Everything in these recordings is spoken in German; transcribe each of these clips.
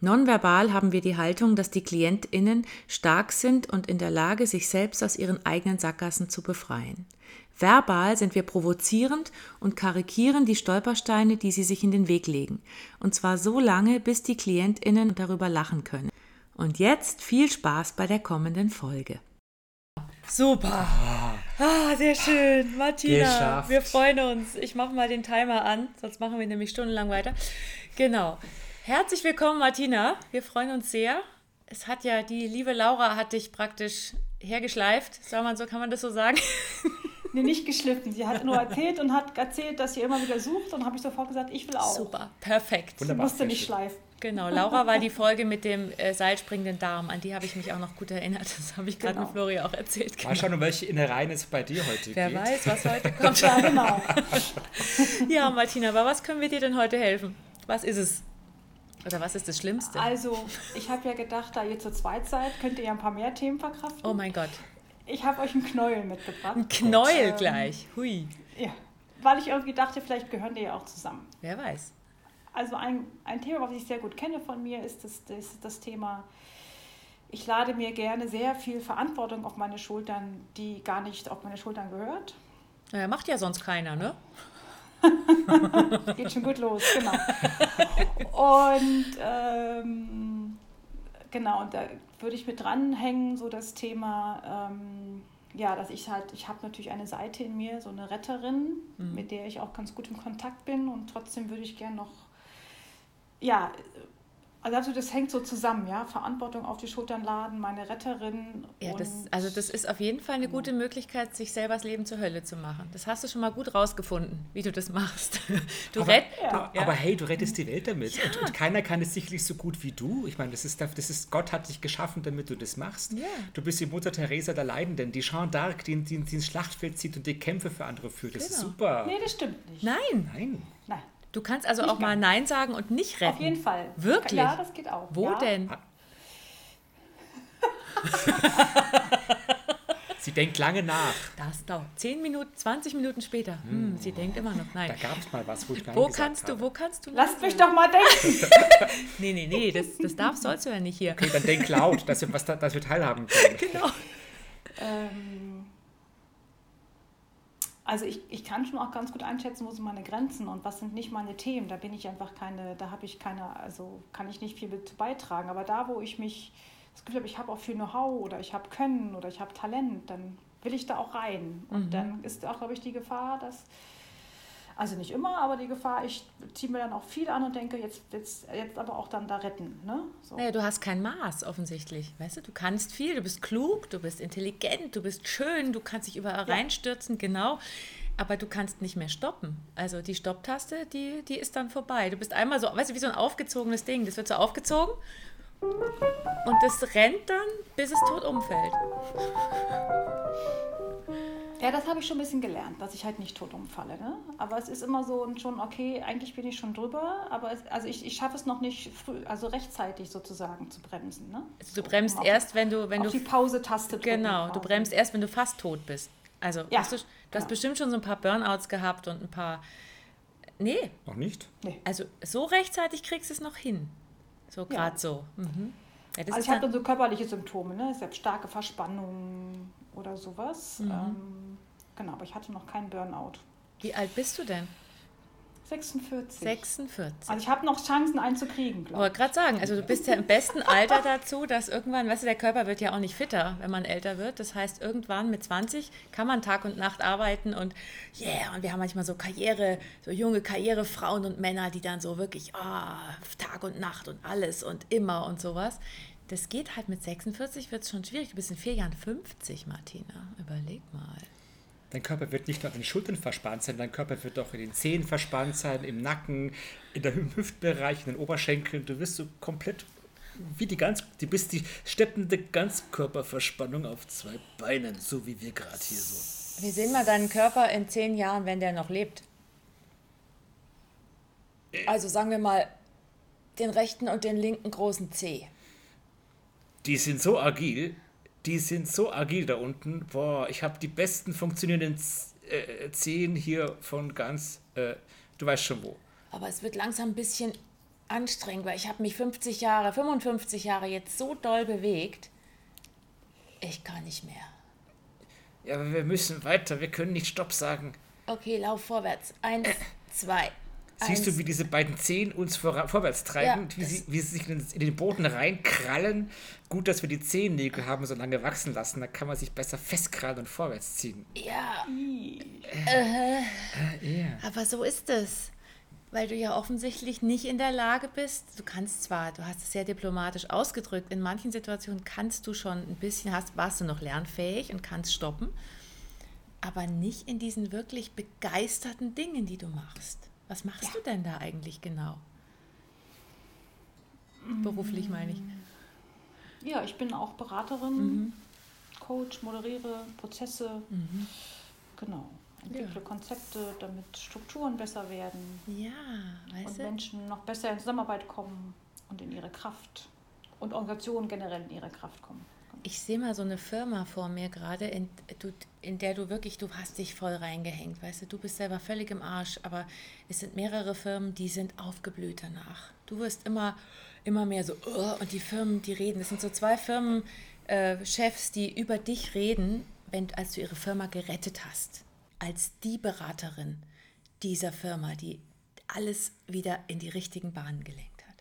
Nonverbal haben wir die Haltung, dass die Klientinnen stark sind und in der Lage, sich selbst aus ihren eigenen Sackgassen zu befreien. Verbal sind wir provozierend und karikieren die Stolpersteine, die sie sich in den Weg legen. Und zwar so lange, bis die Klientinnen darüber lachen können. Und jetzt viel Spaß bei der kommenden Folge. Super. Ah, sehr schön. Martina, Geschafft. wir freuen uns. Ich mache mal den Timer an, sonst machen wir nämlich stundenlang weiter. Genau. Herzlich willkommen, Martina. Wir freuen uns sehr. Es hat ja, die liebe Laura hat dich praktisch hergeschleift. Soll man so, kann man das so sagen? Nee, nicht geschliffen. Sie hat nur erzählt und hat erzählt, dass sie immer wieder sucht. Und habe ich sofort gesagt, ich will auch. Super, perfekt. Sie Wunderbar. musste sehr nicht schön. schleifen. Genau, Laura war die Folge mit dem äh, seilspringenden Darm. An die habe ich mich auch noch gut erinnert. Das habe ich gerade Genau. mit Flori auch erzählt. Mal schauen, um welche Innereien es bei dir heute Wer geht. weiß, was heute kommt. Ja, genau. Ja, Martina, aber was können wir dir denn heute helfen? Was ist es? Oder was ist das Schlimmste? Also, ich habe ja gedacht, da ihr zu zweit seid, könnt ihr ja ein paar mehr Themen verkraften. Oh mein Gott. Ich habe euch einen Knäuel mitgebracht. Knäuel gleich. Hui. Ja. Weil ich irgendwie dachte, vielleicht gehören die ja auch zusammen. Wer weiß. Also ein, ein Thema, was ich sehr gut kenne von mir, ist das, das, das Thema, ich lade mir gerne sehr viel Verantwortung auf meine Schultern, die gar nicht auf meine Schultern gehört. Naja, macht ja sonst keiner, ne? Geht schon gut los, genau. Und ähm, genau, und da würde ich mit dranhängen, so das Thema, ähm, ja, dass ich halt, ich habe natürlich eine Seite in mir, so eine Retterin, Mhm. mit der ich auch ganz gut im Kontakt bin und trotzdem würde ich gern noch, ja, also also das hängt so zusammen, ja, Verantwortung auf die Schultern laden, meine Retterin. Ja, das, und- also das ist auf jeden Fall eine gute Möglichkeit, sich selber das Leben zur Hölle zu machen. Das hast du schon mal gut rausgefunden, wie du das machst. Du Aber- rett, Ja. Ja. Aber hey, du rettest die Welt damit. Und, und keiner kann es sicherlich so gut wie du. Ich meine, das ist, das ist, Gott hat dich geschaffen, damit du das machst. Ja. Du bist die Mutter Teresa der Leidenden, die Jeanne d'Arc, die, die, die ins Schlachtfeld zieht und die Kämpfe für andere führt. Das ist Genau. super. Nee, das stimmt nicht. Nein, Nein. Nein. du kannst also auch mal Nein sagen und nicht retten. Auf jeden Fall. Wirklich? Ja, das geht auch. Wo ja. denn? Sie denkt lange nach. Das dauert 10 Minuten, 20 Minuten später. Hm, sie denkt immer noch Da Nein. gab es mal was, wo ich gar Wo nicht gesagt kannst du, habe. wo kannst du? Lasst mich doch mal denken. Nee, nee, nee, das, das darfst, sollst du also ja nicht hier. Okay, dann denk laut, dass wir, was, da- dass wir teilhaben können. Genau. Ähm, also ich, ich kann schon auch ganz gut einschätzen, wo sind meine Grenzen und was sind nicht meine Themen. Da bin ich einfach keine, da habe ich keine, also kann ich nicht viel mit zu beitragen. Aber da, wo ich mich, das Gefühl habe, ich habe auch viel Know-how oder ich habe Können oder ich habe Talent, dann will ich da auch rein. Und dann ist auch, glaube ich, die Gefahr, dass, also nicht immer, aber die Gefahr, ich ziehe mir dann auch viel an und denke, jetzt, jetzt, jetzt aber auch dann da retten. Ne? So. Naja, du hast kein Maß offensichtlich. Weißt du, du kannst viel, du bist klug, du bist intelligent, du bist schön, du kannst dich überall Ja. reinstürzen, genau. Aber du kannst nicht mehr stoppen. Also die Stopptaste, die, die ist dann vorbei. Du bist einmal so, weißt du, wie so ein aufgezogenes Ding. Das wird so aufgezogen und das rennt dann, bis es tot umfällt. Ja, das habe ich schon ein bisschen gelernt, dass ich halt nicht tot umfalle. Ne? Aber es ist immer so und schon, okay, eigentlich bin ich schon drüber, aber es, also ich, ich schaffe es noch nicht früh, also rechtzeitig sozusagen zu bremsen. Ne? Also du bremst um auf- erst, wenn du, wenn auf du die Pause-Taste drücken. Genau, du quasi. bremst erst, wenn du fast tot bist. Also Ja, hast du, du hast genau. bestimmt schon so ein paar Burnouts gehabt und ein paar. Nee, Noch nicht? Nee. also so rechtzeitig kriegst du es noch hin. So Ja. gerade so. Mhm. Ja, das Also ist ich habe dann, dann so körperliche Symptome, ne? Ich habe starke Verspannung oder sowas. Mhm. Ähm, genau, aber ich hatte noch keinen Burnout. wie alt bist du denn? 46. 46. Also ich habe noch Chancen, einen zu kriegen, Ich glaube wollte gerade sagen, also du bist ja im besten Alter dazu, dass irgendwann, weißt du, der Körper wird ja auch nicht fitter, wenn man älter wird. Das heißt, irgendwann mit 20 kann man Tag und Nacht arbeiten und yeah, und wir haben manchmal so Karriere, so junge Karrierefrauen und Männer, die dann so wirklich ah, Tag und Nacht und alles und immer und sowas. Das geht halt mit 46 wird es schon schwierig. Du bist in vier Jahren 50, Martina. Überleg mal. Dein Körper wird nicht nur an den Schultern verspannt sein, dein Körper wird auch in den Zehen verspannt sein, im Nacken, in der Hü- Hüftbereich, in den Oberschenkeln. Du wirst so komplett wie die ganz, die bist die steppende Ganzkörperverspannung auf zwei Beinen, so wie wir gerade hier so. Wir sehen mal deinen Körper in zehn Jahren, wenn der noch lebt. Also sagen wir mal den rechten und den linken großen C. Die sind so agil, die sind so agil da unten. Boah, ich habe die besten funktionierenden Z- äh, Zehen hier von ganz, äh, du weißt schon wo. Aber es wird langsam ein bisschen anstrengend, weil ich habe mich 50 Jahre, 55 Jahre jetzt so doll bewegt. Ich kann nicht mehr. Ja, aber wir müssen weiter, wir können nicht Stopp sagen. Okay, lauf vorwärts. Eins, zwei. Siehst eins. du, wie diese beiden Zehen uns vorra- vorwärts treiben, Ja, wie, das- sie, wie sie sich in den- in den Boden reinkrallen? Gut, dass wir die Zehennägel haben so lange wachsen lassen, da kann man sich besser festkrallen und vorwärts ziehen. Ja, Äh, Ih, Äh, aber so ist es. Weil du ja offensichtlich nicht in der Lage bist. Du kannst zwar, du hast es sehr diplomatisch ausgedrückt, in manchen Situationen kannst du schon ein bisschen, hast, warst du noch lernfähig und kannst stoppen, aber nicht in diesen wirklich begeisterten Dingen, die du machst. Was machst du denn da eigentlich genau? Beruflich meine ich. Mhm. Ja, ich bin auch Beraterin, Mhm. Coach, moderiere Prozesse, genau. Entwickle Konzepte, damit Strukturen besser werden Ja, und weißt du? Menschen noch besser in Zusammenarbeit kommen und in ihre Kraft und Organisationen generell in ihre Kraft kommen. Ich sehe mal so eine Firma vor mir gerade, in, du, in der du wirklich, du hast dich voll reingehängt, weißt du, du bist selber völlig im Arsch, aber es sind mehrere Firmen, die sind aufgeblüht danach. Du wirst immer, immer mehr so, "Oh", und die Firmen, die reden, es sind so zwei Firmenchefs, äh, Chefs, die über dich reden, wenn, als du ihre Firma gerettet hast, als die Beraterin dieser Firma, die alles wieder in die richtigen Bahnen gelenkt hat.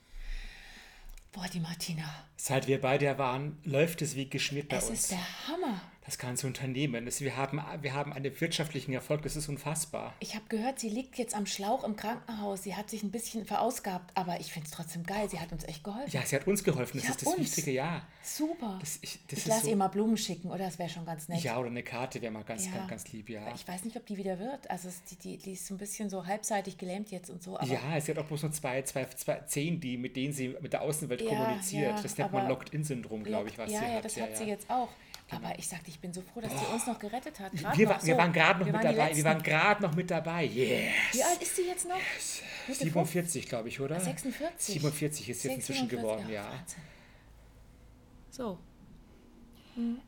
Boah, die Martina, Seit wir bei der waren, läuft es wie geschmiert bei es uns. ist der Hammer. Das ganze Unternehmen. Das, wir, haben, wir haben einen wirtschaftlichen Erfolg, das ist unfassbar. Ich habe gehört, sie liegt jetzt am Schlauch im Krankenhaus. Sie hat sich ein bisschen verausgabt, aber ich finde es trotzdem geil. Sie hat uns echt geholfen. Ja, sie hat uns geholfen, das Ja, ist das uns. Wichtige, ja. Super. Das, ich das ich ist lasse so, ihr mal Blumen schicken, oder? Das wäre schon ganz nett. Ja, oder eine Karte wäre mal ganz, Ja. ganz, ganz lieb, ja. Ich weiß nicht, ob die wieder wird. Also es, die, die, die ist so ein bisschen so halbseitig gelähmt jetzt und so. Aber Ja, sie hat auch bloß nur zwei, zwei, zwei Zehen, die, mit denen sie mit der Außenwelt Ja, kommuniziert. ja, das nennt man aber- Locked-In-Syndrom, glaube ich, was ja, sie ja, hat. Genau. das hat sie jetzt auch. Aber ich sagte, ich bin so froh, dass sie uns noch gerettet hat. Grad Wir, noch war, so. wir waren gerade noch Wir mit waren die dabei. Wir waren Letzten. gerade noch mit dabei. Yes. Wie alt ist sie jetzt noch? Mitte 47, glaube ich, oder? 46. 47 ist sie jetzt inzwischen 46, geworden, ja. Wahnsinn. So,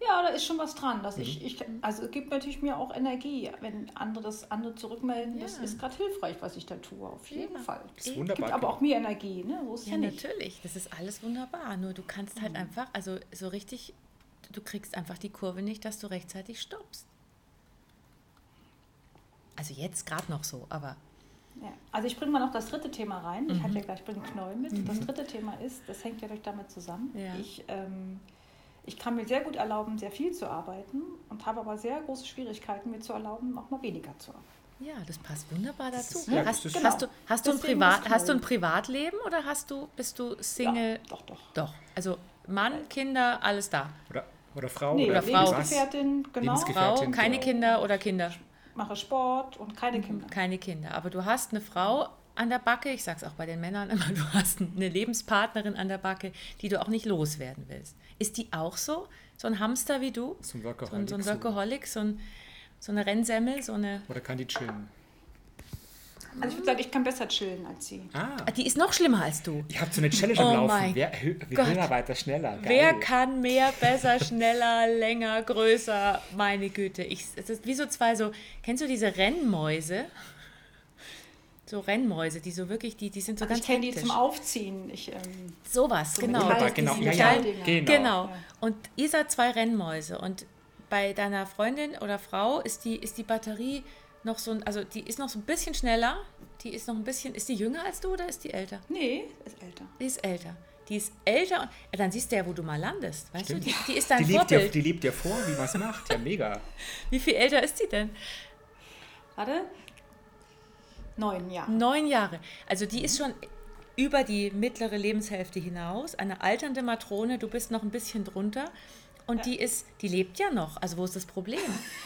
Ja, da ist schon was dran. Mhm. Dass ich, ich, also es gibt natürlich mir auch Energie, wenn andere das andere zurückmelden. Das Ja. ist gerade hilfreich, was ich da tue, auf jeden Ja. Fall. Das ist Gibt wunderbar. aber auch mir Energie, ne? So ist ja, Ja, nicht. natürlich. Das ist alles wunderbar. Nur du kannst halt einfach, also so richtig, du kriegst einfach die Kurve nicht, dass du rechtzeitig stoppst. Also jetzt gerade noch so, aber Ja. Also ich bringe mal noch das dritte Thema rein. Ich Mhm. hatte ja gleich bringe Knoll mit. Das dritte Thema ist, das hängt ja durch damit zusammen. Ja. Ich, ähm, ich kann mir sehr gut erlauben, sehr viel zu arbeiten und habe aber sehr große Schwierigkeiten, mir zu erlauben, auch mal weniger zu arbeiten. ja, das passt wunderbar dazu. ist- ja, hast, das ist- hast du, hast, du ein Deswegen Privat, das hast du ein Knoll. Privatleben oder hast du, bist du Single? Ja, doch, doch. Doch. Also Mann, Kinder, alles da. Oder, oder Frau Nee, Oder oder Frau. was? Lebensgefährtin, genau. Lebensgefährtin. Frau, Gefährtin, keine genau. Kinder oder Kinder. Mache Sport und Mhm. keine Kinder. Hm, Keine Kinder. Aber du hast eine Frau an der Backe, ich sag's auch bei den Männern immer, du hast eine Lebenspartnerin an der Backe, die du auch nicht loswerden willst. Ist die auch so? So ein Hamster wie du? So ein So ein, so ein Workaholic. Workaholic, so, ein, so eine Rennsemmel, so eine. Oder kann die chillen? Also ich würde sagen, ich kann besser chillen als sie. Ah, Ah, Die ist noch schlimmer als du. ihr habt so eine Challenge Oh am mein Laufen. Wer, hö- Gott. wer höher, weiter, schneller. Geil. Wer kann mehr, besser, schneller, länger, größer? Meine Güte. Ich, es ist wie so zwei so. Kennst du diese Rennmäuse? So Rennmäuse, die so wirklich, die, die sind so ganz ich kenne die hektisch. zum Aufziehen. Ich, ähm, Sowas, genau. Wunderbar, Kreis, genau. diese Ja, ja, Metalldinger. genau. Genau. Und ihr seid zwei Rennmäuse. Und bei deiner Freundin oder Frau ist die, ist die Batterie noch so ein, also die ist noch so ein bisschen schneller. Die ist noch ein bisschen, ist die jünger als du oder ist die älter? nee, ist älter. Die ist älter. Die ist älter und ja, dann siehst du ja, wo du mal landest. Weißt du, die, die ist dein Die lebt, dir, Vorbild. die lebt dir vor, wie man es macht. Ja, mega. Wie viel älter ist die denn? Warte. Neun Jahre. Neun Jahre. Also die ist schon über die mittlere Lebenshälfte hinaus, eine alternde Matrone, du bist noch ein bisschen drunter. und die ist, die lebt ja noch. Also wo ist das Problem?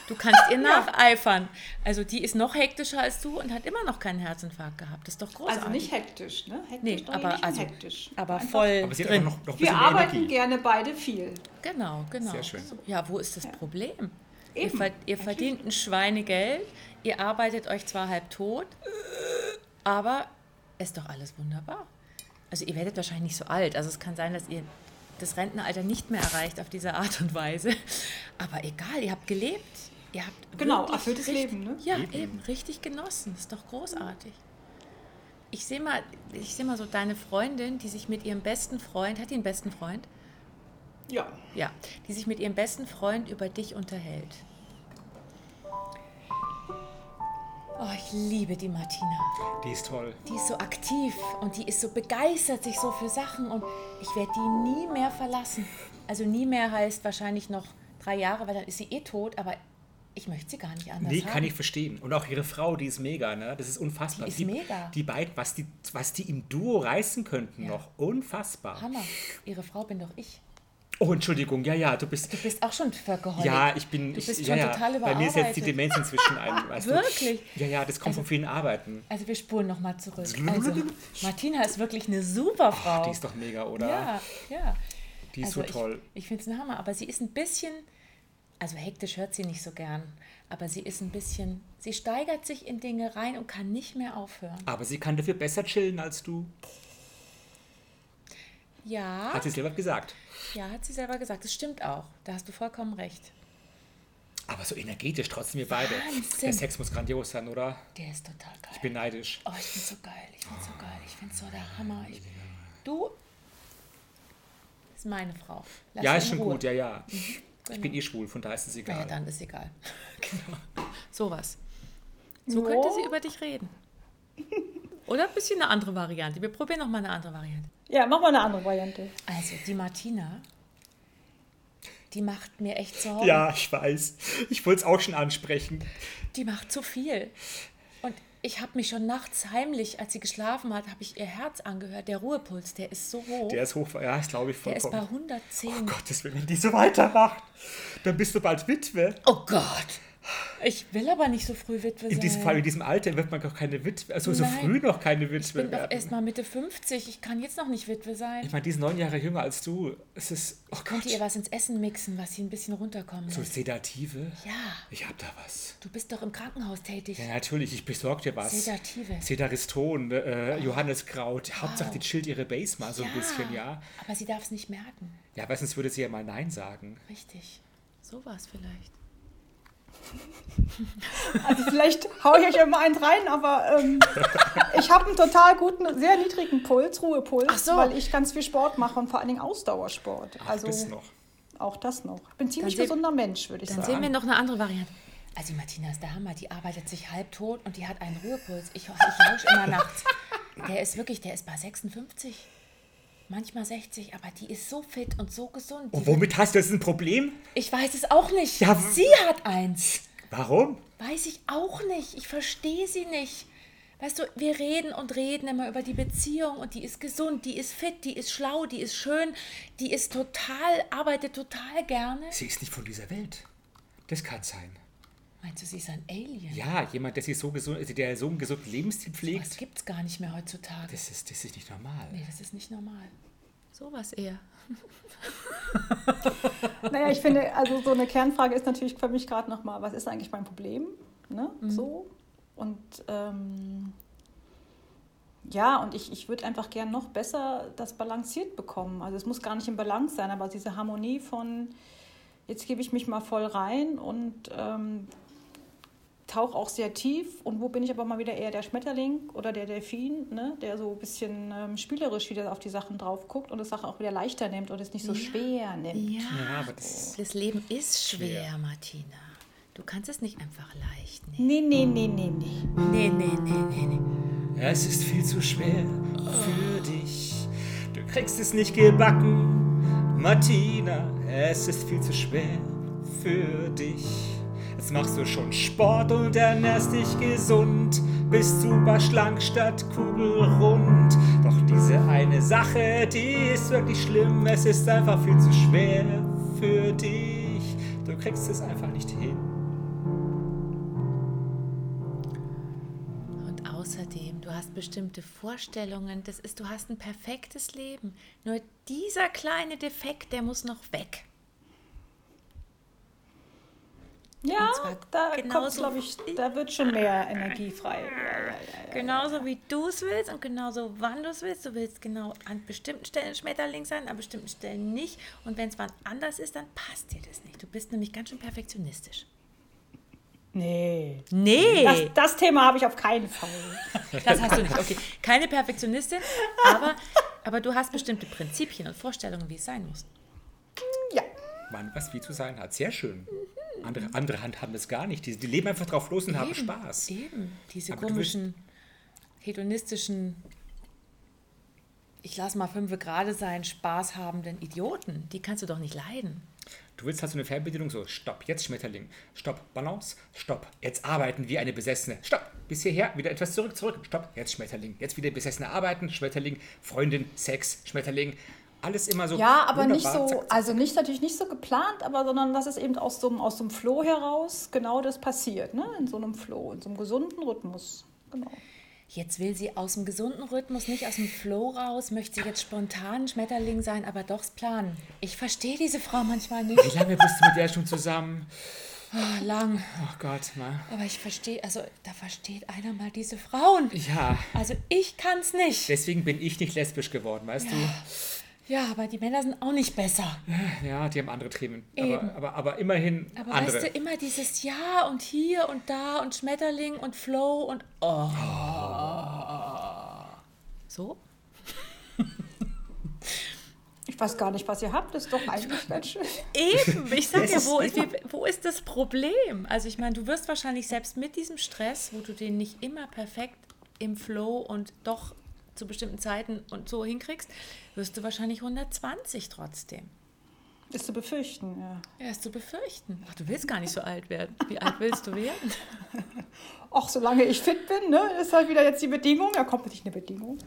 Du kannst ihr nacheifern. Also die ist noch hektischer als du und hat immer noch keinen Herzinfarkt gehabt. Das ist doch großartig. Also nicht hektisch, ne? Hektisch Nee, doch aber, nicht also, hektisch. aber Einfach- voll Aber sie hat drin. einfach noch, noch ein Wir bisschen arbeiten Energie. gerne beide viel. Genau, genau. Sehr schön. Ja, wo ist das Problem? Ihr, Eben, ver ihr natürlich. verdient ein Schweinegeld, ihr arbeitet euch zwar halb tot, aber ist doch alles wunderbar. Also ihr werdet wahrscheinlich nicht so alt. Also es kann sein, dass ihr das Rentenalter nicht mehr erreicht auf diese Art und Weise. Aber egal, ihr habt gelebt. Ihr habt Genau, wirklich erfülltes richtig, Leben, ne? Ja, eben, richtig genossen. Ist doch großartig. Ich sehe mal, ich sehe mal so deine Freundin, die sich mit ihrem besten Freund, hat die einen besten Freund? Ja. Ja, die sich mit ihrem besten Freund über dich unterhält. Oh, ich liebe die Martina. Die ist toll. Die ist so aktiv und die ist so begeistert sich so für Sachen und ich werde die nie mehr verlassen. Also nie mehr heißt wahrscheinlich noch drei Jahre, weil dann ist sie eh tot, aber ich möchte sie gar nicht anders Nee, haben. kann ich verstehen. Und auch ihre Frau, die ist mega, ne? Das ist unfassbar. Die ist mega. Die beiden, was die, was die im Duo reißen könnten Ja. noch. Unfassbar. Hammer. Ihre Frau bin doch ich. Oh, Entschuldigung, ja, ja, du bist. Du bist auch schon vergeheuert. Ja, ich bin. Du bist ich, schon ja, ja. total Bei mir ist jetzt die überarbeitet. Demenz inzwischen ein. Weißt Wirklich? Du? Ja, ja, das kommt von vielen Arbeiten. Also wir spulen nochmal zurück. Also, Martina ist wirklich eine super Frau. Die ist doch mega, oder? Ja, ja. Die ist so toll. Also Ich, ich finde es ein Hammer, aber sie ist ein bisschen, also hektisch hört sie nicht so gern, aber sie ist ein bisschen, sie steigert sich in Dinge rein und kann nicht mehr aufhören. Aber sie kann dafür besser chillen als du. Ja, Hat sie selber gesagt. ja, hat sie selber gesagt. Das stimmt auch. Da hast du vollkommen recht. Aber so energetisch trotzdem wir beide. Wahnsinn. Der Sex muss grandios sein, oder? Der ist total geil. Ich bin neidisch. oh, ich find's so geil. Ich find's so geil. Ich find's so der Hammer. Ich, du ist meine Frau. Lass ja, sie ist in schon Ruhe. gut, ja, ja. Ich genau. bin eh schwul, von daher ist es egal. Ja, dann ist egal. genau. Sowas. So könnte sie über dich reden. Oder ein bisschen eine andere Variante. Wir probieren nochmal eine andere Variante. Ja, mach mal eine andere Variante. Also, die Martina, die macht mir echt Sorgen. Ja, ich weiß. Ich wollte es auch schon ansprechen. Die macht zu viel. Und ich habe mich schon nachts heimlich, als sie geschlafen hat, habe ich ihr Herz angehört. Der Ruhepuls, der ist so hoch. Der ist hoch, ja, ist glaube ich Der ist bei vollkommen. 110. Oh Gott, wenn die so weitermacht, dann bist du bald Witwe. Oh Gott. Ich will aber nicht so früh Witwe sein. In diesem Fall, in diesem Alter wird man doch keine Witwe, also so Nein. früh noch keine Witwe ich bin doch werden. erst mal Mitte 50. Ich kann jetzt noch nicht Witwe sein. ich meine, die ist neun Jahre jünger als du. Es ist, oh Gott, Könnt ihr ihr was ins Essen mixen, was sie ein bisschen runterkommen so lässt? Sedative. Ja, Ich hab da was. du bist doch im Krankenhaus tätig. Ja, natürlich, ich besorg dir was. Sedative. Sedariston, äh, Johanneskraut. Hauptsache, die chillt ihre Base mal so ein bisschen, ja. Aber sie darf es nicht merken. Ja, weil sonst würde sie ja mal Nein sagen. Richtig. So war es vielleicht. Also vielleicht hau ich euch immer eins rein, aber ähm, ich habe einen total guten, sehr niedrigen Puls, Ruhepuls, Ach so. weil ich ganz viel Sport mache und vor allen Dingen Ausdauersport. also Bis noch. auch das noch. Ich bin ein ziemlich sehen- gesunder Mensch, würde ich Dann sagen. sehen wir noch eine andere Variante. Also die Martina ist der Hammer. Die arbeitet sich halbtot und die hat einen Ruhepuls. Ich, ich lausch immer nachts. Der ist wirklich, der ist bei 56. Manchmal 60, aber die ist so fit und so gesund. Und womit hast du jetzt ein Problem? Ich weiß es auch nicht. Oh. Ja, w- sie hat eins. Warum? Weiß ich auch nicht. Ich verstehe sie nicht. Weißt du, wir reden und reden immer über die Beziehung und die ist gesund, die ist fit, die ist schlau, die ist schön, die ist total, arbeitet total gerne. Sie ist nicht von dieser Welt. Das kann sein. Meinst du, sie ist ein Alien? Ja, jemand, der sich so gesund, also der so einen gesunden Lebensstil Das pflegt, gibt's gar nicht mehr heutzutage. das ist, das ist nicht normal. Nee, das ist nicht normal. Sowas eher. Naja, ich finde, also so eine Kernfrage ist natürlich für mich gerade nochmal, was ist eigentlich mein Problem? Ne? So. Und ähm, ja, und ich, ich würde einfach gern noch besser das balanciert bekommen. Also es muss gar nicht im Balance sein, aber diese Harmonie von jetzt gebe ich mich mal voll rein und ähm, tauche auch sehr tief und wo bin ich aber mal wieder eher der Schmetterling oder der Delfin, ne? der so ein bisschen ähm, spielerisch wieder auf die Sachen drauf guckt und das Sachen auch wieder leichter nimmt und es nicht so schwer nimmt. Ja, aber das, Das Leben ist schwer, Martina. Du kannst es nicht einfach leicht nehmen. Nee, nee, nee, nee, nee. Nee, nee, nee, nee, nee. es ist viel zu schwer für dich. Du kriegst es nicht gebacken, Martina. Es ist viel zu schwer für dich. Jetzt machst du schon Sport und ernährst dich gesund. Bist super schlank statt kugelrund. Doch diese eine Sache, die ist wirklich schlimm. Es ist einfach viel zu schwer für für dich. Du kriegst es einfach nicht hin. Und außerdem, du hast bestimmte Vorstellungen. Das ist, du hast ein perfektes Leben. Nur dieser kleine Defekt, der muss noch weg. Ja, Und zwar da kommt, genauso- glaube ich, da wird schon mehr Energie frei. Ja, ja, ja. Genauso wie du es willst und genauso wann du es willst. Du willst genau an bestimmten Stellen Schmetterling sein, an bestimmten Stellen nicht. Und wenn es wann anders ist, dann passt dir das nicht. Du bist nämlich ganz schön perfektionistisch. Nee. Nee, Das, das Thema habe ich auf keinen Fall. das hast du nicht. Okay, keine Perfektionistin, aber, aber du hast bestimmte Prinzipien und Vorstellungen, wie es sein muss. Ja. Mann, was wie zu sein hat. Sehr schön. Andere, andere Hand haben es gar nicht. Die, die leben einfach drauf los und haben Eben, Spaß. Eben, diese Aber du bist- komischen hedonistischen, ich lass mal fünfe gerade sein, Spaß habenden Idioten, die kannst du doch nicht leiden. Du willst halt so eine Fernbedienung so, stopp, jetzt Schmetterling, stopp, Balance, stopp, jetzt arbeiten wie eine Besessene, stopp, bis hierher, wieder etwas zurück, zurück, stopp, jetzt Schmetterling, jetzt wieder Besessene arbeiten, Schmetterling, Freundin, Sex, Schmetterling, alles immer so Ja, aber nicht wunderbar, so, zack, zack. also nicht natürlich nicht so geplant, aber sondern dass es eben aus so, einem- aus so einem Flow heraus genau das passiert, ne? In so einem Flow, in so einem gesunden Rhythmus. Genau. Jetzt will sie aus dem gesunden Rhythmus, nicht aus dem Flow raus, möchte sie jetzt spontan Schmetterling sein, aber doch's planen. Ich verstehe diese Frau manchmal nicht. Wie lange bist du mit der schon zusammen? Ah, lang. Oh Gott, na. Aber ich verstehe, also da versteht einer mal diese Frauen. Ja, Also ich kann's nicht. deswegen bin ich nicht lesbisch geworden, weißt Ja, aber die Männer sind auch nicht besser. du? Ja, die haben andere Themen, Eben. aber, aber, aber immerhin Aber andere. weißt du, immer dieses Ja und hier und da und Schmetterling und Flow und oh. So? Ich weiß gar nicht, was ihr habt, ist doch eigentlich ganz schön. Eben, ich sag ja, Das wo ist ist, wie- wo ist das Problem? Also ich meine, du wirst wahrscheinlich selbst mit diesem Stress, wo du den nicht immer perfekt im Flow und doch zu bestimmten Zeiten und so hinkriegst, wirst du wahrscheinlich 120 trotzdem. Ist zu befürchten, ja. Ja, ist zu befürchten. Ach, du willst gar nicht so alt werden. Wie alt willst du werden? Ach, solange ich fit bin, ne? Ist halt wieder jetzt die Bedingung. Da kommt nicht eine Bedingung.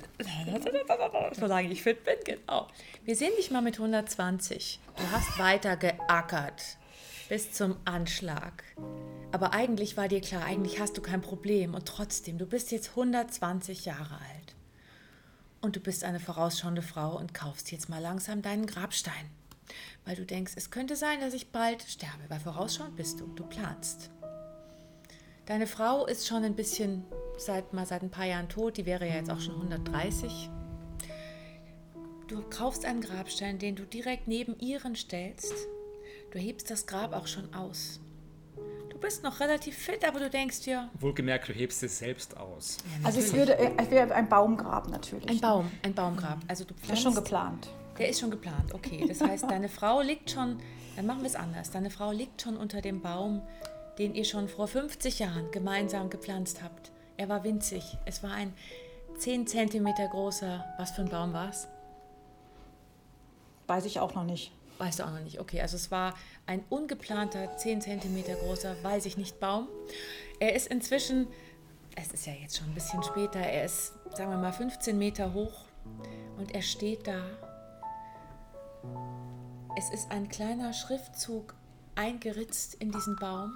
Solange ich fit bin, genau. Wir sehen dich mal mit 120. Du hast weiter geackert. Bis zum Anschlag. Aber eigentlich war dir klar, eigentlich hast du kein Problem. Und trotzdem, du bist jetzt 120 Jahre alt. Und du bist eine vorausschauende Frau und kaufst jetzt mal langsam deinen Grabstein. Weil du denkst, es könnte sein, dass ich bald sterbe. Weil vorausschauend bist du. Du planst. Deine Frau ist schon ein bisschen seit mal seit ein paar Jahren tot, die wäre ja jetzt auch schon 130. Du kaufst einen Grabstein, den du direkt neben ihren stellst. Du hebst das Grab auch schon aus. Du bist noch relativ fit, aber du denkst dir, Wohlgemerkt, du hebst es selbst aus. Also es würde, ich wäre ein Baumgrab natürlich. ein Baum, ein Baumgrab. Also du Das pflanzt ist schon geplant. Der ist schon geplant, okay. Das heißt, deine Frau liegt schon, dann machen wir es anders. Deine Frau liegt schon unter dem Baum, den ihr schon vor 50 Jahren gemeinsam gepflanzt habt. Er war winzig. Es war ein 10 cm großer, was für ein Baum war es? Weiß ich auch noch nicht. Weißt du auch noch nicht. Okay, also es war ein ungeplanter, 10 cm großer, weiß ich nicht, Baum. Er ist inzwischen, es ist ja jetzt schon ein bisschen später, er ist, sagen wir mal, 15 Meter hoch und er steht da. Es ist ein kleiner Schriftzug eingeritzt in diesen Baum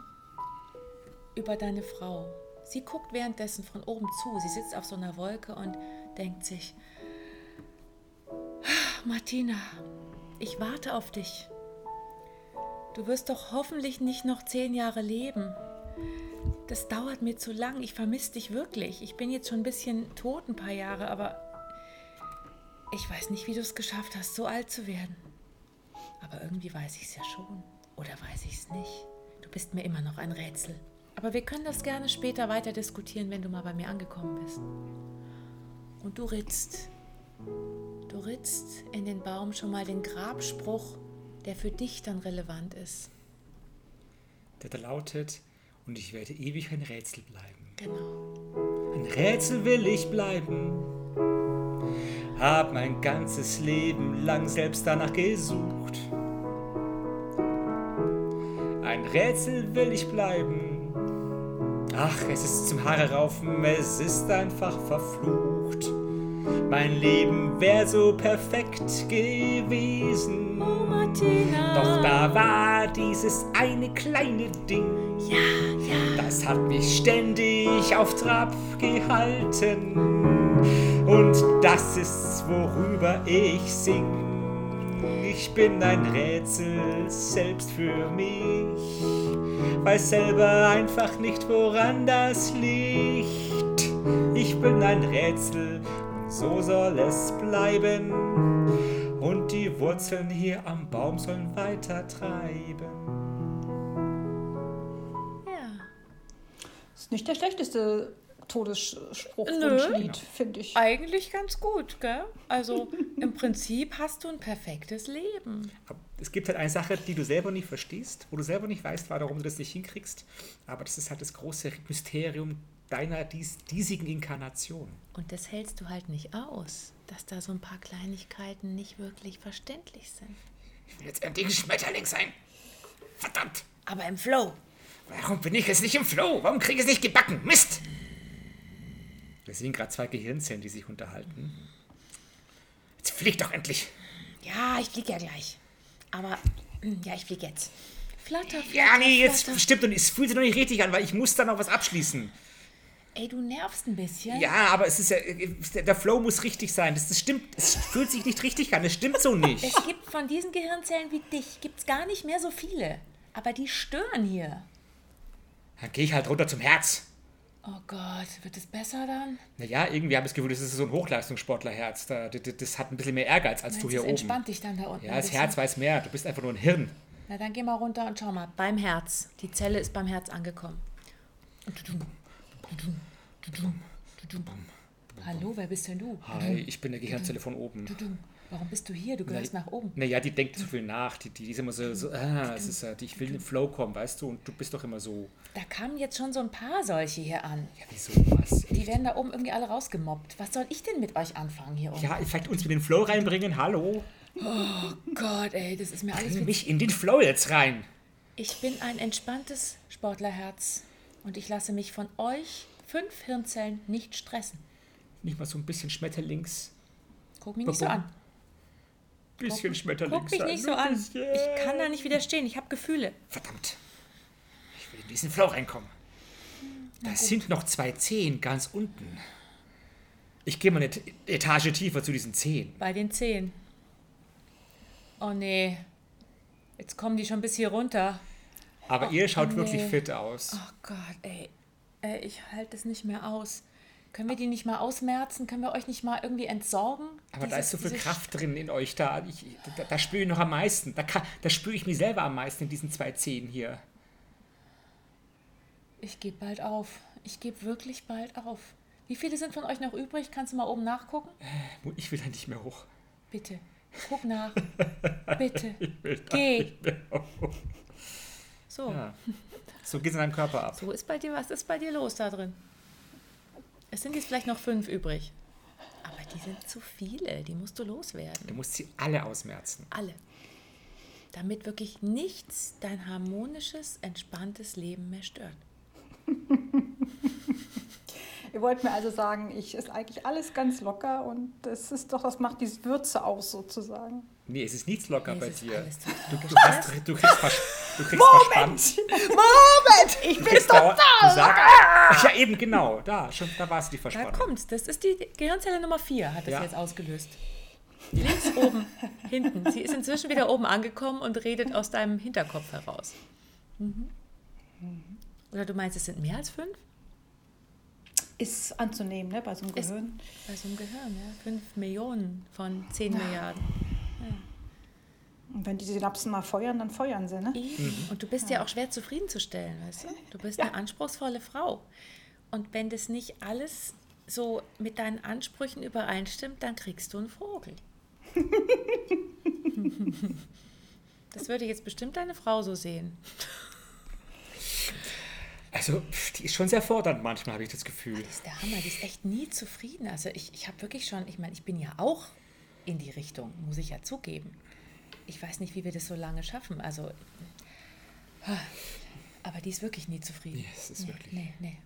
über deine Frau. Sie guckt währenddessen von oben zu. Sie sitzt auf so einer Wolke und denkt sich, "Ah, Martina, ich warte auf dich. Du wirst doch hoffentlich nicht noch zehn Jahre leben. Das dauert mir zu lang. Ich vermisse dich wirklich. Ich bin jetzt schon ein bisschen tot, ein paar Jahre, aber ich weiß nicht, wie du es geschafft hast, so alt zu werden. Aber irgendwie weiß ich es ja schon. Oder weiß ich es nicht. Du bist mir immer noch ein Rätsel. Aber wir können das gerne später weiter diskutieren, wenn du mal bei mir angekommen bist. Und du ritzt. Du ritzt in den Baum schon mal den Grabspruch, der für dich dann relevant ist. Der da lautet, und ich werde ewig ein Rätsel bleiben. Genau. Ein Rätsel will ich bleiben. Hab mein ganzes Leben lang selbst danach gesucht. Ein Rätsel will ich bleiben. Ach, es ist zum Haare raufen, es ist einfach verflucht. Mein Leben wäre so perfekt gewesen. Oh, Martina. Doch da war dieses eine kleine Ding, Ja, ja. das hat mich ständig auf Trab gehalten. Und das ist, worüber ich sing. Ich bin ein Rätsel selbst für mich, weiß selber einfach nicht, woran das liegt. Ich bin ein Rätsel, und so soll es bleiben. Und die Wurzeln hier am Baum sollen weiter treiben. ja. Ist nicht der schlechteste Nö. Todesspruchwunschlied, finde ich. Eigentlich ganz gut, gell? Also im Prinzip hast du ein perfektes Leben. Es gibt halt eine Sache, die du selber nicht verstehst, wo du selber nicht weißt, warum du das nicht hinkriegst. Aber das ist halt das große Mysterium deiner dies, diesigen Inkarnation. Und das hältst du halt nicht aus, dass da so ein paar Kleinigkeiten nicht wirklich verständlich sind. Ich will jetzt endlich ein Schmetterling sein. Verdammt! Aber im Flow. Warum bin ich jetzt nicht im Flow? Warum kriege ich es nicht gebacken? Mist! Wir sehen gerade zwei Gehirnzellen, die sich unterhalten. Jetzt flieg doch endlich! Ja, ich flieg ja gleich. Aber mm, ja, ich flieg jetzt. Flatter, flatter, Ja, nee, jetzt flatter. stimmt und es fühlt sich noch nicht richtig an, weil ich muss da noch was abschließen. Ey, du nervst ein bisschen. Ja, aber es ist ja, äh, der Flow muss richtig sein. Das, das stimmt, es fühlt sich nicht richtig an, das stimmt so nicht. Es gibt von diesen Gehirnzellen wie dich, gibt's gar nicht mehr so viele. Aber die stören hier. Dann gehe ich halt runter zum Herz. Oh Gott, wird es besser dann? Naja, irgendwie habe ich das Gefühl, das ist so ein Hochleistungssportlerherz. Da- d- d- Das hat ein bisschen mehr Ehrgeiz als du Meinst, hier es oben. entspannt dich dann da unten. Ja, ein das bisschen? Mhm. Herz weiß mehr. Du bist einfach nur ein Hirn. Na dann geh mal runter und schau mal. Beim Herz. Die Zelle ist beim Herz angekommen. Hallo, wer bist denn du? Hi, ich bin der Gehirnzelle von oben. Warum bist du hier? Du gehörst nach oben. Naja, die denkt zu viel nach. Die, die, die ist immer so, so ah, es ist, äh, die- ich will in den Flow kommen, weißt du? Und du bist doch immer so, Da kamen jetzt schon so ein paar solche hier an. ja, wieso was? Die werden da oben irgendwie alle rausgemobbt. Was soll ich denn mit euch anfangen hier oben? Ja, vielleicht uns in den Flow reinbringen, hallo? Gott, ey, das ist mir alles Bring viel. mich in den Flow jetzt rein. Ich bin ein entspanntes Sportlerherz und ich lasse mich von euch fünf Hirnzellen nicht stressen. Nicht mal so ein bisschen Schmetterlings. Guck mich nicht so Warum? an. Bisschen Schmetterlings. Guck mich sein, nicht so nur ein an. bisschen. Ich kann da nicht widerstehen. Ich habe Gefühle. Verdammt. Ich will in diesen Flow reinkommen. Da sind noch zwei Zehen ganz unten. Ich gehe mal eine T- Etage tiefer zu diesen Zehen. Bei den Zehen. Oh nee. Jetzt kommen die schon bis hier runter. Aber ihr schaut nee. wirklich fit aus. Oh Gott, ey. Ey, ich halte es nicht mehr aus. Können wir die nicht mal ausmerzen? Können wir euch nicht mal irgendwie entsorgen? Aber da Dieses- ist so viel dieses- Kraft drin in euch da. Ich, da, da spüre ich noch am meisten. Da, ka- da spüre ich mich selber am meisten in diesen zwei Zehen hier. Ich gebe bald auf. Ich gebe wirklich bald auf. Wie viele sind von euch noch übrig? Kannst du mal oben nachgucken? Ich will da nicht mehr hoch. Bitte. Guck nach. Bitte. Geh. So. Ja. So geht es in deinem Körper ab. So ist bei dir, was ist bei dir los da drin? Es sind jetzt vielleicht noch fünf übrig. Aber die sind zu viele, die musst du loswerden. Du musst sie alle ausmerzen. Alle. Damit wirklich nichts dein harmonisches, entspanntes Leben mehr stört. Ihr wollt mir also sagen, ich ist eigentlich alles ganz locker und das ist doch, das macht diese Würze aus sozusagen. Nee, es ist nichts locker Nee, bei es ist dir. alles Du, total du, hast, du kriegst, vers du kriegst verspannt. Moment! Ich Du kriegst dauer- du Ah! sagst, Ja, eben genau. Da, schon, da war es die Da Verspannung. kommt's. Das ist die Gehirnzelle Nummer vier, hat das Ja. jetzt ausgelöst. Links oben, hinten. Sie ist inzwischen wieder oben angekommen und redet aus deinem Hinterkopf heraus. Mhm. Oder du meinst, es sind mehr als fünf? Ist anzunehmen, ne, bei so einem Ist- Gehirn. Bei so einem Gehirn, ja. Fünf Millionen von zehn Milliarden. Und wenn die Synapsen mal feuern, dann feuern sie, ne? Eben. Und du bist ja auch schwer zufriedenzustellen, weißt du? Du bist eine anspruchsvolle Frau. Und wenn das nicht alles so mit deinen Ansprüchen übereinstimmt, dann kriegst du einen Vogel. das würde jetzt bestimmt deine Frau so sehen. Also, pff, die ist schon sehr fordernd manchmal, habe ich das Gefühl. Das ist der Hammer, die ist echt nie zufrieden. Also ich, ich habe wirklich schon, ich meine, ich bin ja auch in die Richtung, muss ich ja zugeben. Ich weiß nicht, wie wir das so lange schaffen. Also, aber die ist wirklich nie zufrieden. Nee, es ist nee, wirklich- Nee, nee.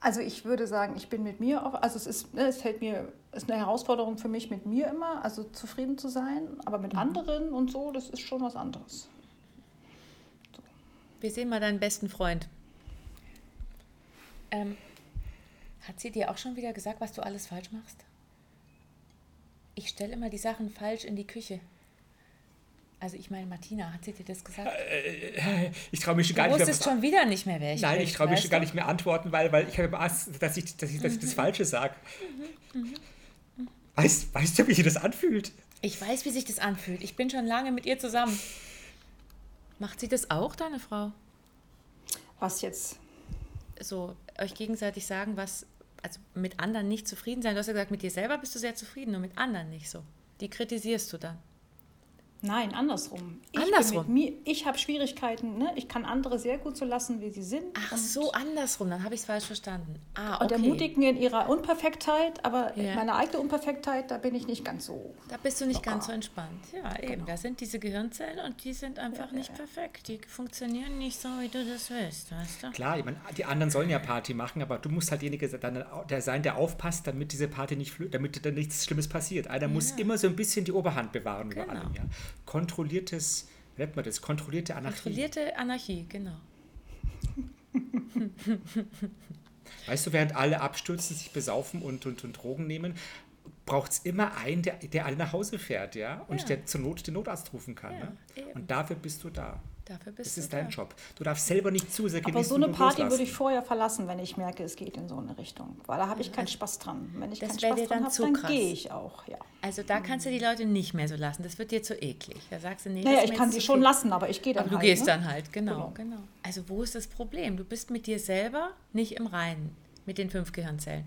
Also ich würde sagen, ich bin mit mir, auf, also es ist, ne, es fällt mir, es ist eine Herausforderung für mich mit mir immer, also zufrieden zu sein, aber Mhm. mit anderen und so, das ist schon was anderes. Wir sehen mal deinen besten Freund. Ähm, hat sie dir auch schon wieder gesagt, was du alles falsch machst? Ich stelle immer die Sachen falsch in die Küche. Also ich meine, Martina, hat sie dir das gesagt? Ich traue mich schon Du Äh, gar nicht mehr. wusstest schon wieder nicht mehr, wer ich Nein, bin, ich traue mich weißt schon gar du? Mhm. nicht mehr antworten, weil, weil ich habe Angst, dass ich, dass ich, dass ich das Falsche sage. Weißt, weißt du, wie sich das anfühlt? Ich weiß, wie sich das anfühlt. Ich bin schon lange mit ihr zusammen. Macht sie das auch, deine Frau? Was jetzt? So, euch gegenseitig sagen, was, also mit anderen nicht zufrieden sein. Du hast ja gesagt, mit dir selber bist du sehr zufrieden und mit anderen nicht so. Die kritisierst du dann. Nein, andersrum. Ich bin Andersrum? Mit mir, ich habe Schwierigkeiten, ne? ich kann andere sehr gut so lassen, wie sie sind. Ach und- so, andersrum, dann habe ich es falsch verstanden. Ah, okay. Und ermutigen in ihrer Unperfektheit, aber Ja. meine eigene Unperfektheit, da bin ich nicht ganz so. Da bist du Oh nicht ganz so entspannt. Ja, Genau. eben. Da sind diese Gehirnzellen und die sind einfach nicht perfekt. Die funktionieren nicht so, wie du das willst, weißt du? Klar, ich meine, die anderen sollen ja Party machen, aber du musst halt derjenige se- dann au- der sein, der aufpasst, damit diese Party nicht flö- damit dann nichts Schlimmes passiert. Einer muss immer so ein bisschen die Oberhand bewahren über Genau. allem. Ja? Kontrolliertes, wie nennt man das? Kontrollierte Anarchie. Kontrollierte Anarchie, genau. Weißt du, während alle abstürzen, sich besaufen und, und, und Drogen nehmen, braucht es immer einen, der, der alle nach Hause fährt, ja? Und der zur Not den Notarzt rufen kann. ne? eben. Und dafür bist du da. Dafür bist Das du ist da. dein Job. Du darfst selber nicht zu sehr Aber genießen so eine und Party loslassen. würde ich vorher verlassen, wenn ich merke, es geht in so eine Richtung. Weil da habe ich keinen Spaß dran. Wenn ich das keinen wäre Spaß dir dran dann habe, zu dann krass. gehe ich auch. Ja. Also da kannst du die Leute nicht mehr so lassen. Das wird dir zu eklig. Da sagst du, nee, das Naja, ist ich mir kann jetzt sie zu schon viel. lassen, aber ich gehe dann Aber du halt. gehst ne? dann halt, genau, genau, Also wo ist das Problem? Du bist mit dir selber nicht im Reinen, mit den fünf Gehirnzellen.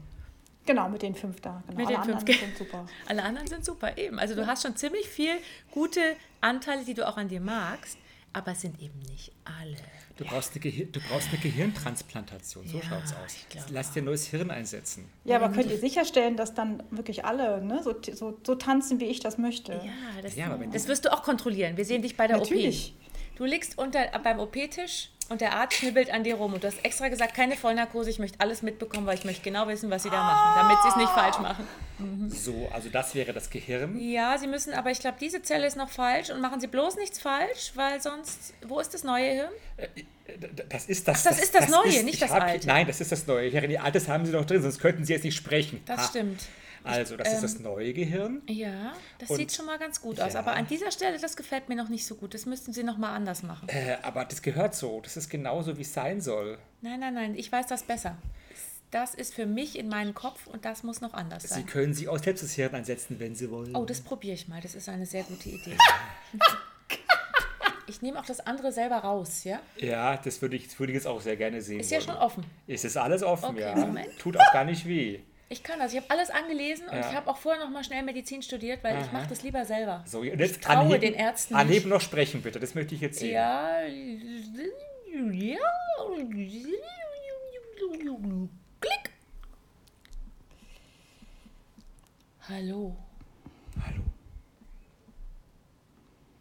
Genau, mit den fünf da. Genau. Mit Alle den fünf anderen Ge- sind super. Alle anderen sind super, eben. Also du hast schon ziemlich viel gute Anteile, die du auch an dir magst, aber es sind eben nicht alle. Du brauchst, eine Gehir du brauchst eine Gehirntransplantation, so Ja, schaut's aus. ich glaub Lass dir ein neues Hirn einsetzen. Ja, aber könnt ihr sicherstellen, dass dann wirklich alle ne, so, so, so tanzen, wie ich das möchte? Ja, das, Ja, aber wenn- das wirst du auch kontrollieren. Wir sehen dich bei der Natürlich. OP. Du liegst unter, beim OP-Tisch und der Arzt schnibbelt an dir rum. Und du hast extra gesagt, keine Vollnarkose, ich möchte alles mitbekommen, weil ich möchte genau wissen, was sie da machen, damit sie es nicht falsch machen. So, also das wäre das Gehirn. Ja, sie müssen, aber ich glaube, diese Zelle ist noch falsch und machen sie bloß nichts falsch, weil sonst, wo ist das neue Hirn? D- Das ist das, Ach, das ist das Neue, nicht ich das hab- Alte. Nein, das ist das Neue Gehirn. Ihr Altes haben sie noch drin, sonst könnten sie jetzt nicht sprechen. Das Ha. stimmt. ähm, Also, das ist das neue Gehirn. Ja, das Und- sieht schon mal ganz gut aus. Ja. Aber an dieser Stelle, das gefällt mir noch nicht so gut. Das müssten sie noch mal anders machen. Äh, aber das gehört so. Das ist genauso, wie es sein soll. Nein, nein, nein, ich weiß das besser. Das ist für mich in meinen Kopf und das muss noch anders Sie sein. können sich auch selbst das Hirn einsetzen, wenn Sie wollen. Oh, das probiere ich mal. Das ist eine sehr gute Idee. Ich nehme auch das andere selber raus, ja? Ja, das würde ich, das würde ich jetzt auch sehr gerne sehen. Ist ja wollen. schon offen. Es ist alles offen, Okay, ja. Moment. Tut auch gar nicht weh. Ich kann das. Ich habe alles angelesen und Ja. ich habe auch vorher noch mal schnell Medizin studiert, weil ich mache das lieber selber. So, und jetzt ich traue anheben, den Ärzten Anheben noch sprechen, bitte. Das möchte ich jetzt sehen. Ja. Ja. Klick. Hallo, Hallo.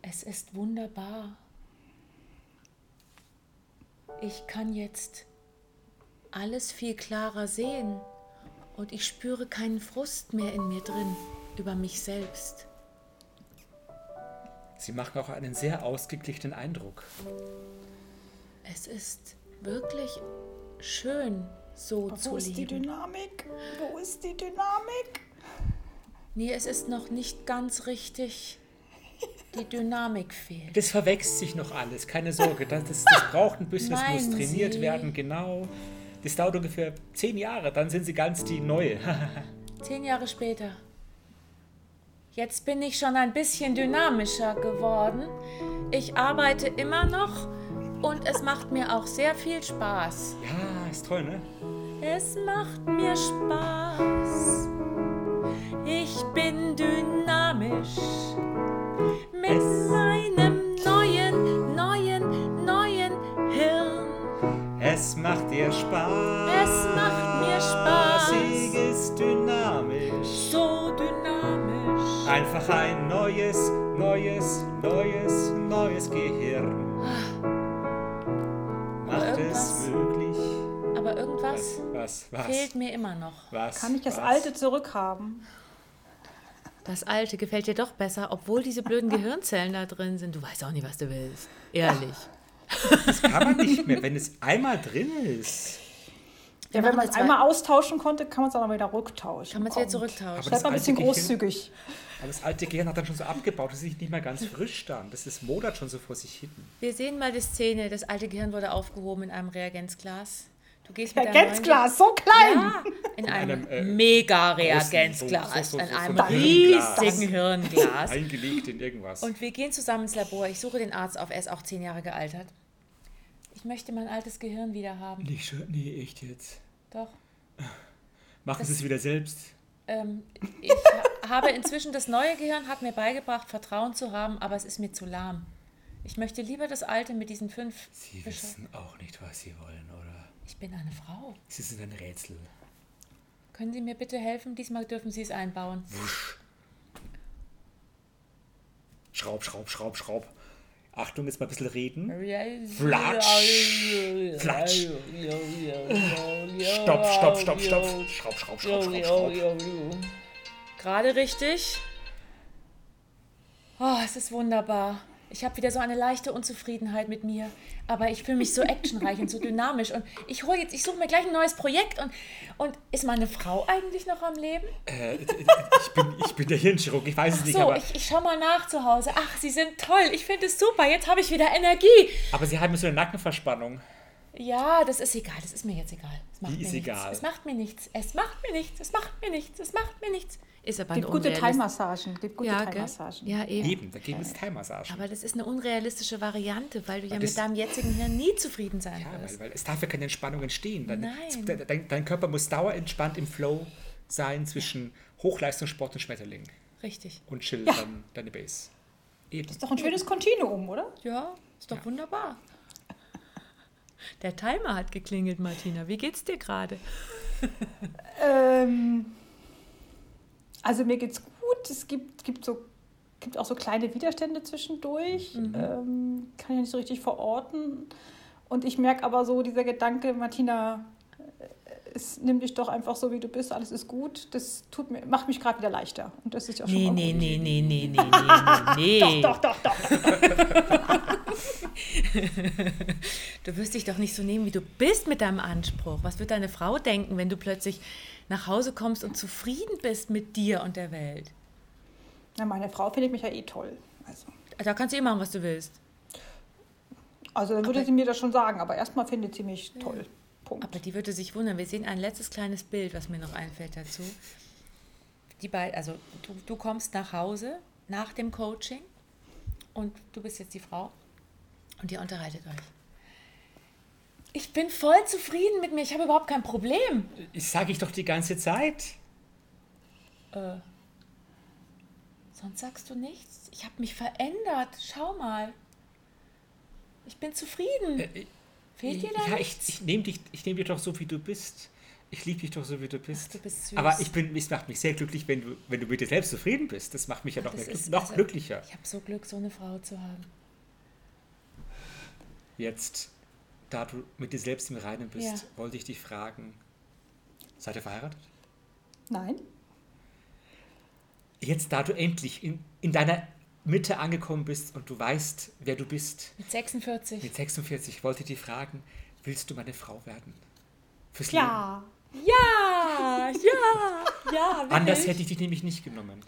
es ist wunderbar. Ich kann jetzt alles viel klarer sehen und ich spüre keinen Frust mehr in mir drin über mich selbst. Sie machen auch einen sehr ausgeglichenen Eindruck. Es ist wirklich schön, so zu Wo ist die leben. Dynamik? Wo ist die Dynamik? Nee, es ist noch nicht ganz richtig. Die Dynamik fehlt. Das verwechselt sich noch alles, keine Sorge. Das, das, das braucht ein bisschen, das muss Meinen trainiert Sie? werden, genau. Das dauert ungefähr zehn Jahre, dann sind Sie ganz die Neue. Zehn Jahre später. Jetzt bin ich schon ein bisschen dynamischer geworden. Ich arbeite immer noch und es macht mir auch sehr viel Spaß. ja, ist toll, ne? Es macht mir Spaß. Ich bin dynamisch. Mit meinem neuen, neuen, neuen Hirn. Es macht dir Spaß. Es macht mir Spaß. Sieg ist dynamisch. So dynamisch. Einfach ein neues, neues, neues, neues Gehirn. Macht es irgendwas- möglich. Aber irgendwas etwas Was? Was? fehlt mir immer noch. Was? Kann ich das was? alte zurückhaben? Das alte gefällt dir doch besser, obwohl diese blöden Gehirnzellen da drin sind. Du weißt auch nie, was du willst. Ehrlich. Kann man nicht mehr, wenn es einmal drin ist. Wir Ja, wenn machen man eine es zwei- einmal austauschen konnte, kann man es auch noch wieder rücktauschen. Kann man es wieder Komm. zurücktauschen? Aber Seid das mal ein bisschen alte Gehirn- großzügig. Aber das alte Gehirn hat dann schon so abgebaut, dass es nicht mehr ganz frisch stand. Das ist modert schon so vor sich hin. Wir sehen mal die Szene. Das alte Gehirn wurde aufgehoben in einem Reagenzglas. Du gehst mit deinem neuen- Reagenzglas, so klein! Ja, in einem, einem, äh, großen, Mega-Reagenzglas. so- so- so- so- In so- einem so- Hirnglas. riesigen Hirnglas. Eingelegt in irgendwas. Und wir gehen zusammen ins Labor. Ich suche den Arzt auf. Er ist auch zehn Jahre gealtert. Ich möchte mein altes Gehirn wieder haben. nicht schön, nee, echt jetzt. Doch. Machen Sie es wieder selbst. Ähm, ich ha habe inzwischen das neue Gehirn, hat mir beigebracht, Vertrauen zu haben, aber es ist mir zu lahm. Ich möchte lieber das alte mit diesen fünf. Sie Fische. wissen auch nicht, was Sie wollen, oder? Ich bin eine Frau. Sie sind ein Rätsel. Können Sie mir bitte helfen? Diesmal dürfen Sie es einbauen. Schraub, schraub, schraub, schraub. Achtung, jetzt mal ein bisschen reden. Flatsch. Flatsch. Stopp, stopp, stopp, stopp. Schraub, schraub, schraub, schraub, schraub. Gerade richtig. Oh, es ist wunderbar. Ich habe wieder so eine leichte Unzufriedenheit mit mir, aber ich fühle mich so actionreich und so dynamisch und ich hole jetzt, ich suche mir gleich ein neues Projekt und und ist meine Frau eigentlich noch am Leben? Äh, ich, bin, ich bin der Hirnchirurg, ich weiß es nicht, So, aber, ich, ich schau mal nach zu Hause. Ach, sie sind toll. Ich finde es super. Jetzt habe ich wieder Energie. aber Sie haben so eine Nackenverspannung. Ja, das ist egal. Das ist mir jetzt egal. Es macht Die mir ist nichts. egal. Es macht mir nichts. Es macht mir nichts. Es macht mir nichts. Es macht mir nichts. Ist aber eine Gib gute unrealis- Teilmassagen. Gib gute ja, gell? Teilmassagen. ja, eben. Eben, da gibt es Teilmassage. Aber das ist eine unrealistische Variante, weil du ja Und mit das- deinem jetzigen Hirn nie zufrieden sein Ja, weil, wirst. weil es darf ja keine Entspannung entstehen. Dein, Nein. de- Dein, dein Körper muss dauerentspannt im Flow sein zwischen Hochleistungssport und Schmetterling Richtig. und chill dann deine Base. Eben. Ist doch ein schönes Kontinuum, oder? Ja, ist doch wunderbar. Der Timer hat geklingelt, Martina. Wie geht's dir gerade? Ähm, also mir geht's gut. Es gibt, gibt, so, gibt auch so kleine Widerstände zwischendurch. Mhm. Ähm, kann ich nicht so richtig verorten. Und ich merke aber so dieser Gedanke, Martina, äh, es nimm dich doch einfach so, wie du bist, alles ist gut. Das tut mir, macht mich gerade wieder leichter. Und das ist ja schon mal gut. nee, nee, nee, nee, nee, nee. Doch, doch, doch. Du wirst dich doch nicht so nehmen, wie du bist mit deinem Anspruch. Was wird deine Frau denken, wenn du plötzlich nach Hause kommst und zufrieden bist mit dir und der Welt? Na, meine Frau findet mich ja eh toll. Also, Da kannst du eh machen, was du willst. also dann würde sie mir das schon sagen, aber erstmal findet sie mich toll. Punkt. Aber die würde sich wundern. Wir sehen ein letztes kleines Bild, was mir noch einfällt dazu. Die beiden, also du, du kommst nach Hause nach dem Coaching und du bist jetzt die Frau und ihr unterhaltet euch. Ich bin voll zufrieden mit mir. Ich habe überhaupt kein Problem. Ich sage ich doch die ganze Zeit. Äh, sonst sagst du nichts. Ich habe mich verändert. Schau mal. Ich bin zufrieden. Äh, Fehlt dir da ja, ich, nichts? ich nehme dich, ich nehm dich doch so, wie du bist. Ich liebe dich doch so, wie du bist. du bist süß. Aber ich bin, es macht mich sehr glücklich, wenn du, wenn du mit dir selbst zufrieden bist. Das macht mich ja noch, Das mehr, ist- noch also, glücklicher. Ich habe so Glück, so eine Frau zu haben. Jetzt, da du mit dir selbst im Reinen bist, Ja. wollte ich dich fragen: Seid ihr verheiratet? Nein? Jetzt, da du endlich in, in deiner Mitte angekommen bist und du weißt, wer du bist, Mit 46. mit 46 wollte ich dich fragen: Willst du meine Frau werden? Fürs Leben. Ja. Ja, ja, ja. Will Anders ich. hätte ich dich nämlich nicht genommen.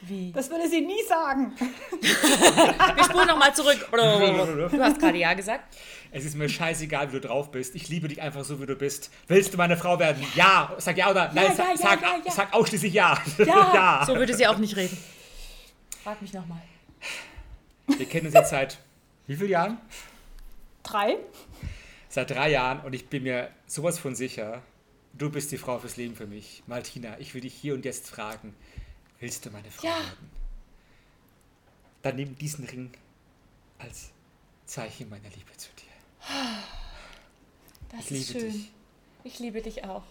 Wie? Das würde sie nie sagen. Wir spulen nochmal zurück. Du hast gerade ja gesagt. Es ist mir scheißegal, wie du drauf bist. Ich liebe dich einfach so, wie du bist. Willst du meine Frau werden? Ja. Sag ja oder nein. ja, sag, ja, sag, ja, ja. sag ausschließlich ja. Ja. So würde sie auch nicht reden. Frag mich nochmal. Wir kennen uns jetzt seit wie vielen Jahren? Drei? Seit drei Jahren und ich bin mir sowas von sicher, du bist die Frau fürs Leben für mich. Martina, ich will dich hier und jetzt fragen. Willst du meine Frau Ja. werden? Dann nimm diesen Ring als Zeichen meiner Liebe zu dir. Das ist Ich liebe schön. dich. Ich liebe dich auch.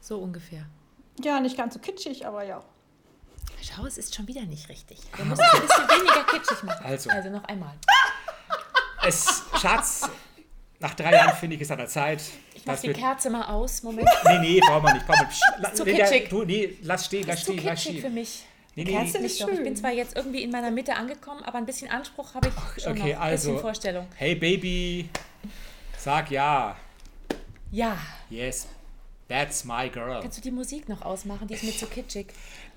So ungefähr. Ja, nicht ganz so kitschig, aber ja. Schau, es ist schon wieder nicht richtig. Wir müssen es ein bisschen weniger kitschig machen. Also. also noch einmal. Es, Schatz, nach drei Jahren finde ich es an der Zeit. Ich mach Das die wird- Kerze mal aus. Moment. Nee, nee, brauchen wir nicht. Brauchen wir. Psch, la- zu nee, der- kitschig. Du, nee, lass stehen, lass Ist zu stehen, lass kitschig für stehen. mich. Nee, nee, Kerze nee. nicht doch. Ich bin zwar jetzt irgendwie in meiner Mitte angekommen, aber ein bisschen Anspruch habe ich schon Okay, noch. Ein bisschen also. Vorstellung. Hey Baby, sag ja. Ja. Yes, that's my girl. Kannst du die Musik noch ausmachen? Die ist mir zu kitschig.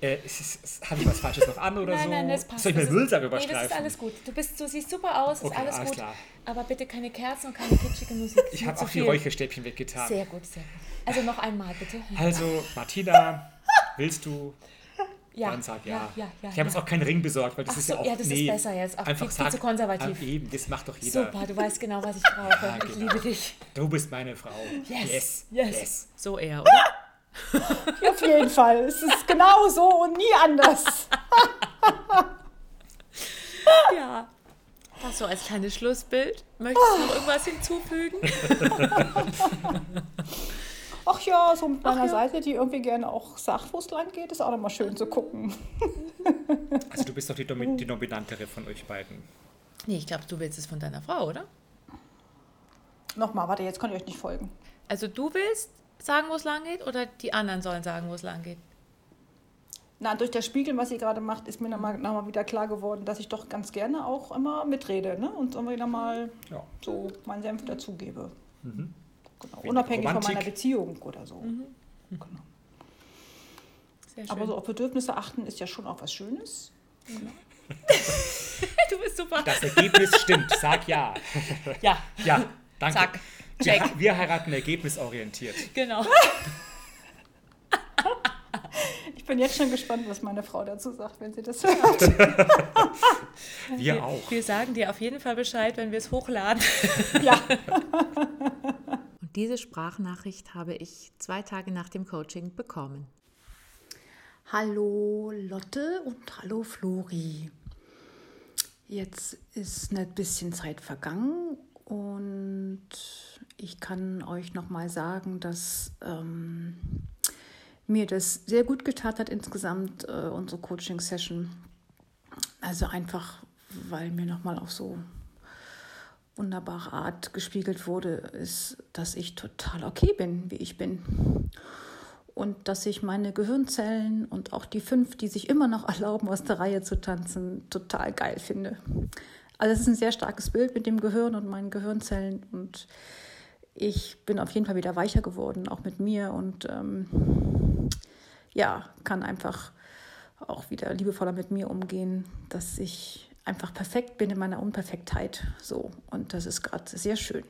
Äh, ist- ist- ist- Habe ich was Falsches noch an oder Nein, so? nein, das passt. Also, Soll ich mir Das Müll ist- darüber Nee, das ist streifen? alles gut. Du, bist, du siehst super aus, ist Okay, alles, alles gut. klar. Aber bitte keine Kerzen und keine kitschige Musik. Ich habe auch die viel Räucherstäbchen weggetan. Sehr gut, sehr gut. Also noch einmal bitte. Also, Martina, willst du? Ja. Dann sag ja. Ja, ja, ja. ich habe jetzt auch keinen Ring besorgt, weil das Ach ist so, ja auch ja, das ist nee, besser jetzt. Auch einfach viel- viel sag, zu konservativ. Ah, eben, das macht doch jeder. Super, du weißt genau, was ich brauche. Ah, Ich genau. liebe dich. Du bist meine Frau. Yes, Yes. yes. So eher, Auf jeden Fall. Es ist genau so und nie anders. Ja. Oh. Das so als kleines Schlussbild. Möchtest du noch irgendwas hinzufügen? Ach ja, so mit meiner ja. Seite, die irgendwie gerne auch sagt, wo es lang geht, ist auch nochmal schön zu gucken. Also, du bist doch die, Domi die dominantere von euch beiden. Nee, ich glaube, du willst es von deiner Frau, oder? Nochmal, warte, jetzt könnt ihr euch nicht folgen. Also du willst sagen, wo es lang geht oder die anderen sollen sagen, wo es lang geht? Na, durch das Spiegeln, was ihr gerade macht, ist mir nochmal noch mal wieder klar geworden, dass ich doch ganz gerne auch immer mitrede ne? und irgendwie nochmal Ja. so meinen Senf dazugebe. Genau. Unabhängig von Romantik. meiner Beziehung oder so. Genau. Sehr schön. Aber so auf Bedürfnisse achten ist ja schon auch was Schönes. du bist super. Das Ergebnis stimmt. Sag ja. Ja, Ja, danke. Zack. Wir, Check. wir heiraten ergebnisorientiert. genau. Ich bin jetzt schon gespannt, was meine Frau dazu sagt, wenn sie das hört. Wir auch. Wir sagen dir auf jeden Fall Bescheid, wenn wir es hochladen. ja. Und diese Sprachnachricht habe ich zwei Tage nach dem Coaching bekommen. Hallo Lotte und hallo Flori. Jetzt ist ein bisschen Zeit vergangen und ich kann euch nochmal sagen, dass ähm, mir das sehr gut getan hat insgesamt, äh, unsere Coaching-Session. Also einfach, weil mir nochmal auf so wunderbare Art gespiegelt wurde, ist, dass ich total okay bin, wie ich bin und dass ich meine Gehirnzellen und auch die fünf, die sich immer noch erlauben, aus der Reihe zu tanzen, total geil finde. Also es ist ein sehr starkes Bild mit dem Gehirn und meinen Gehirnzellen und ich bin auf jeden Fall wieder weicher geworden, auch mit mir und ähm, ja, kann einfach auch wieder liebevoller mit mir umgehen, dass ich einfach perfekt bin in meiner Unperfektheit so und das ist gerade sehr schön.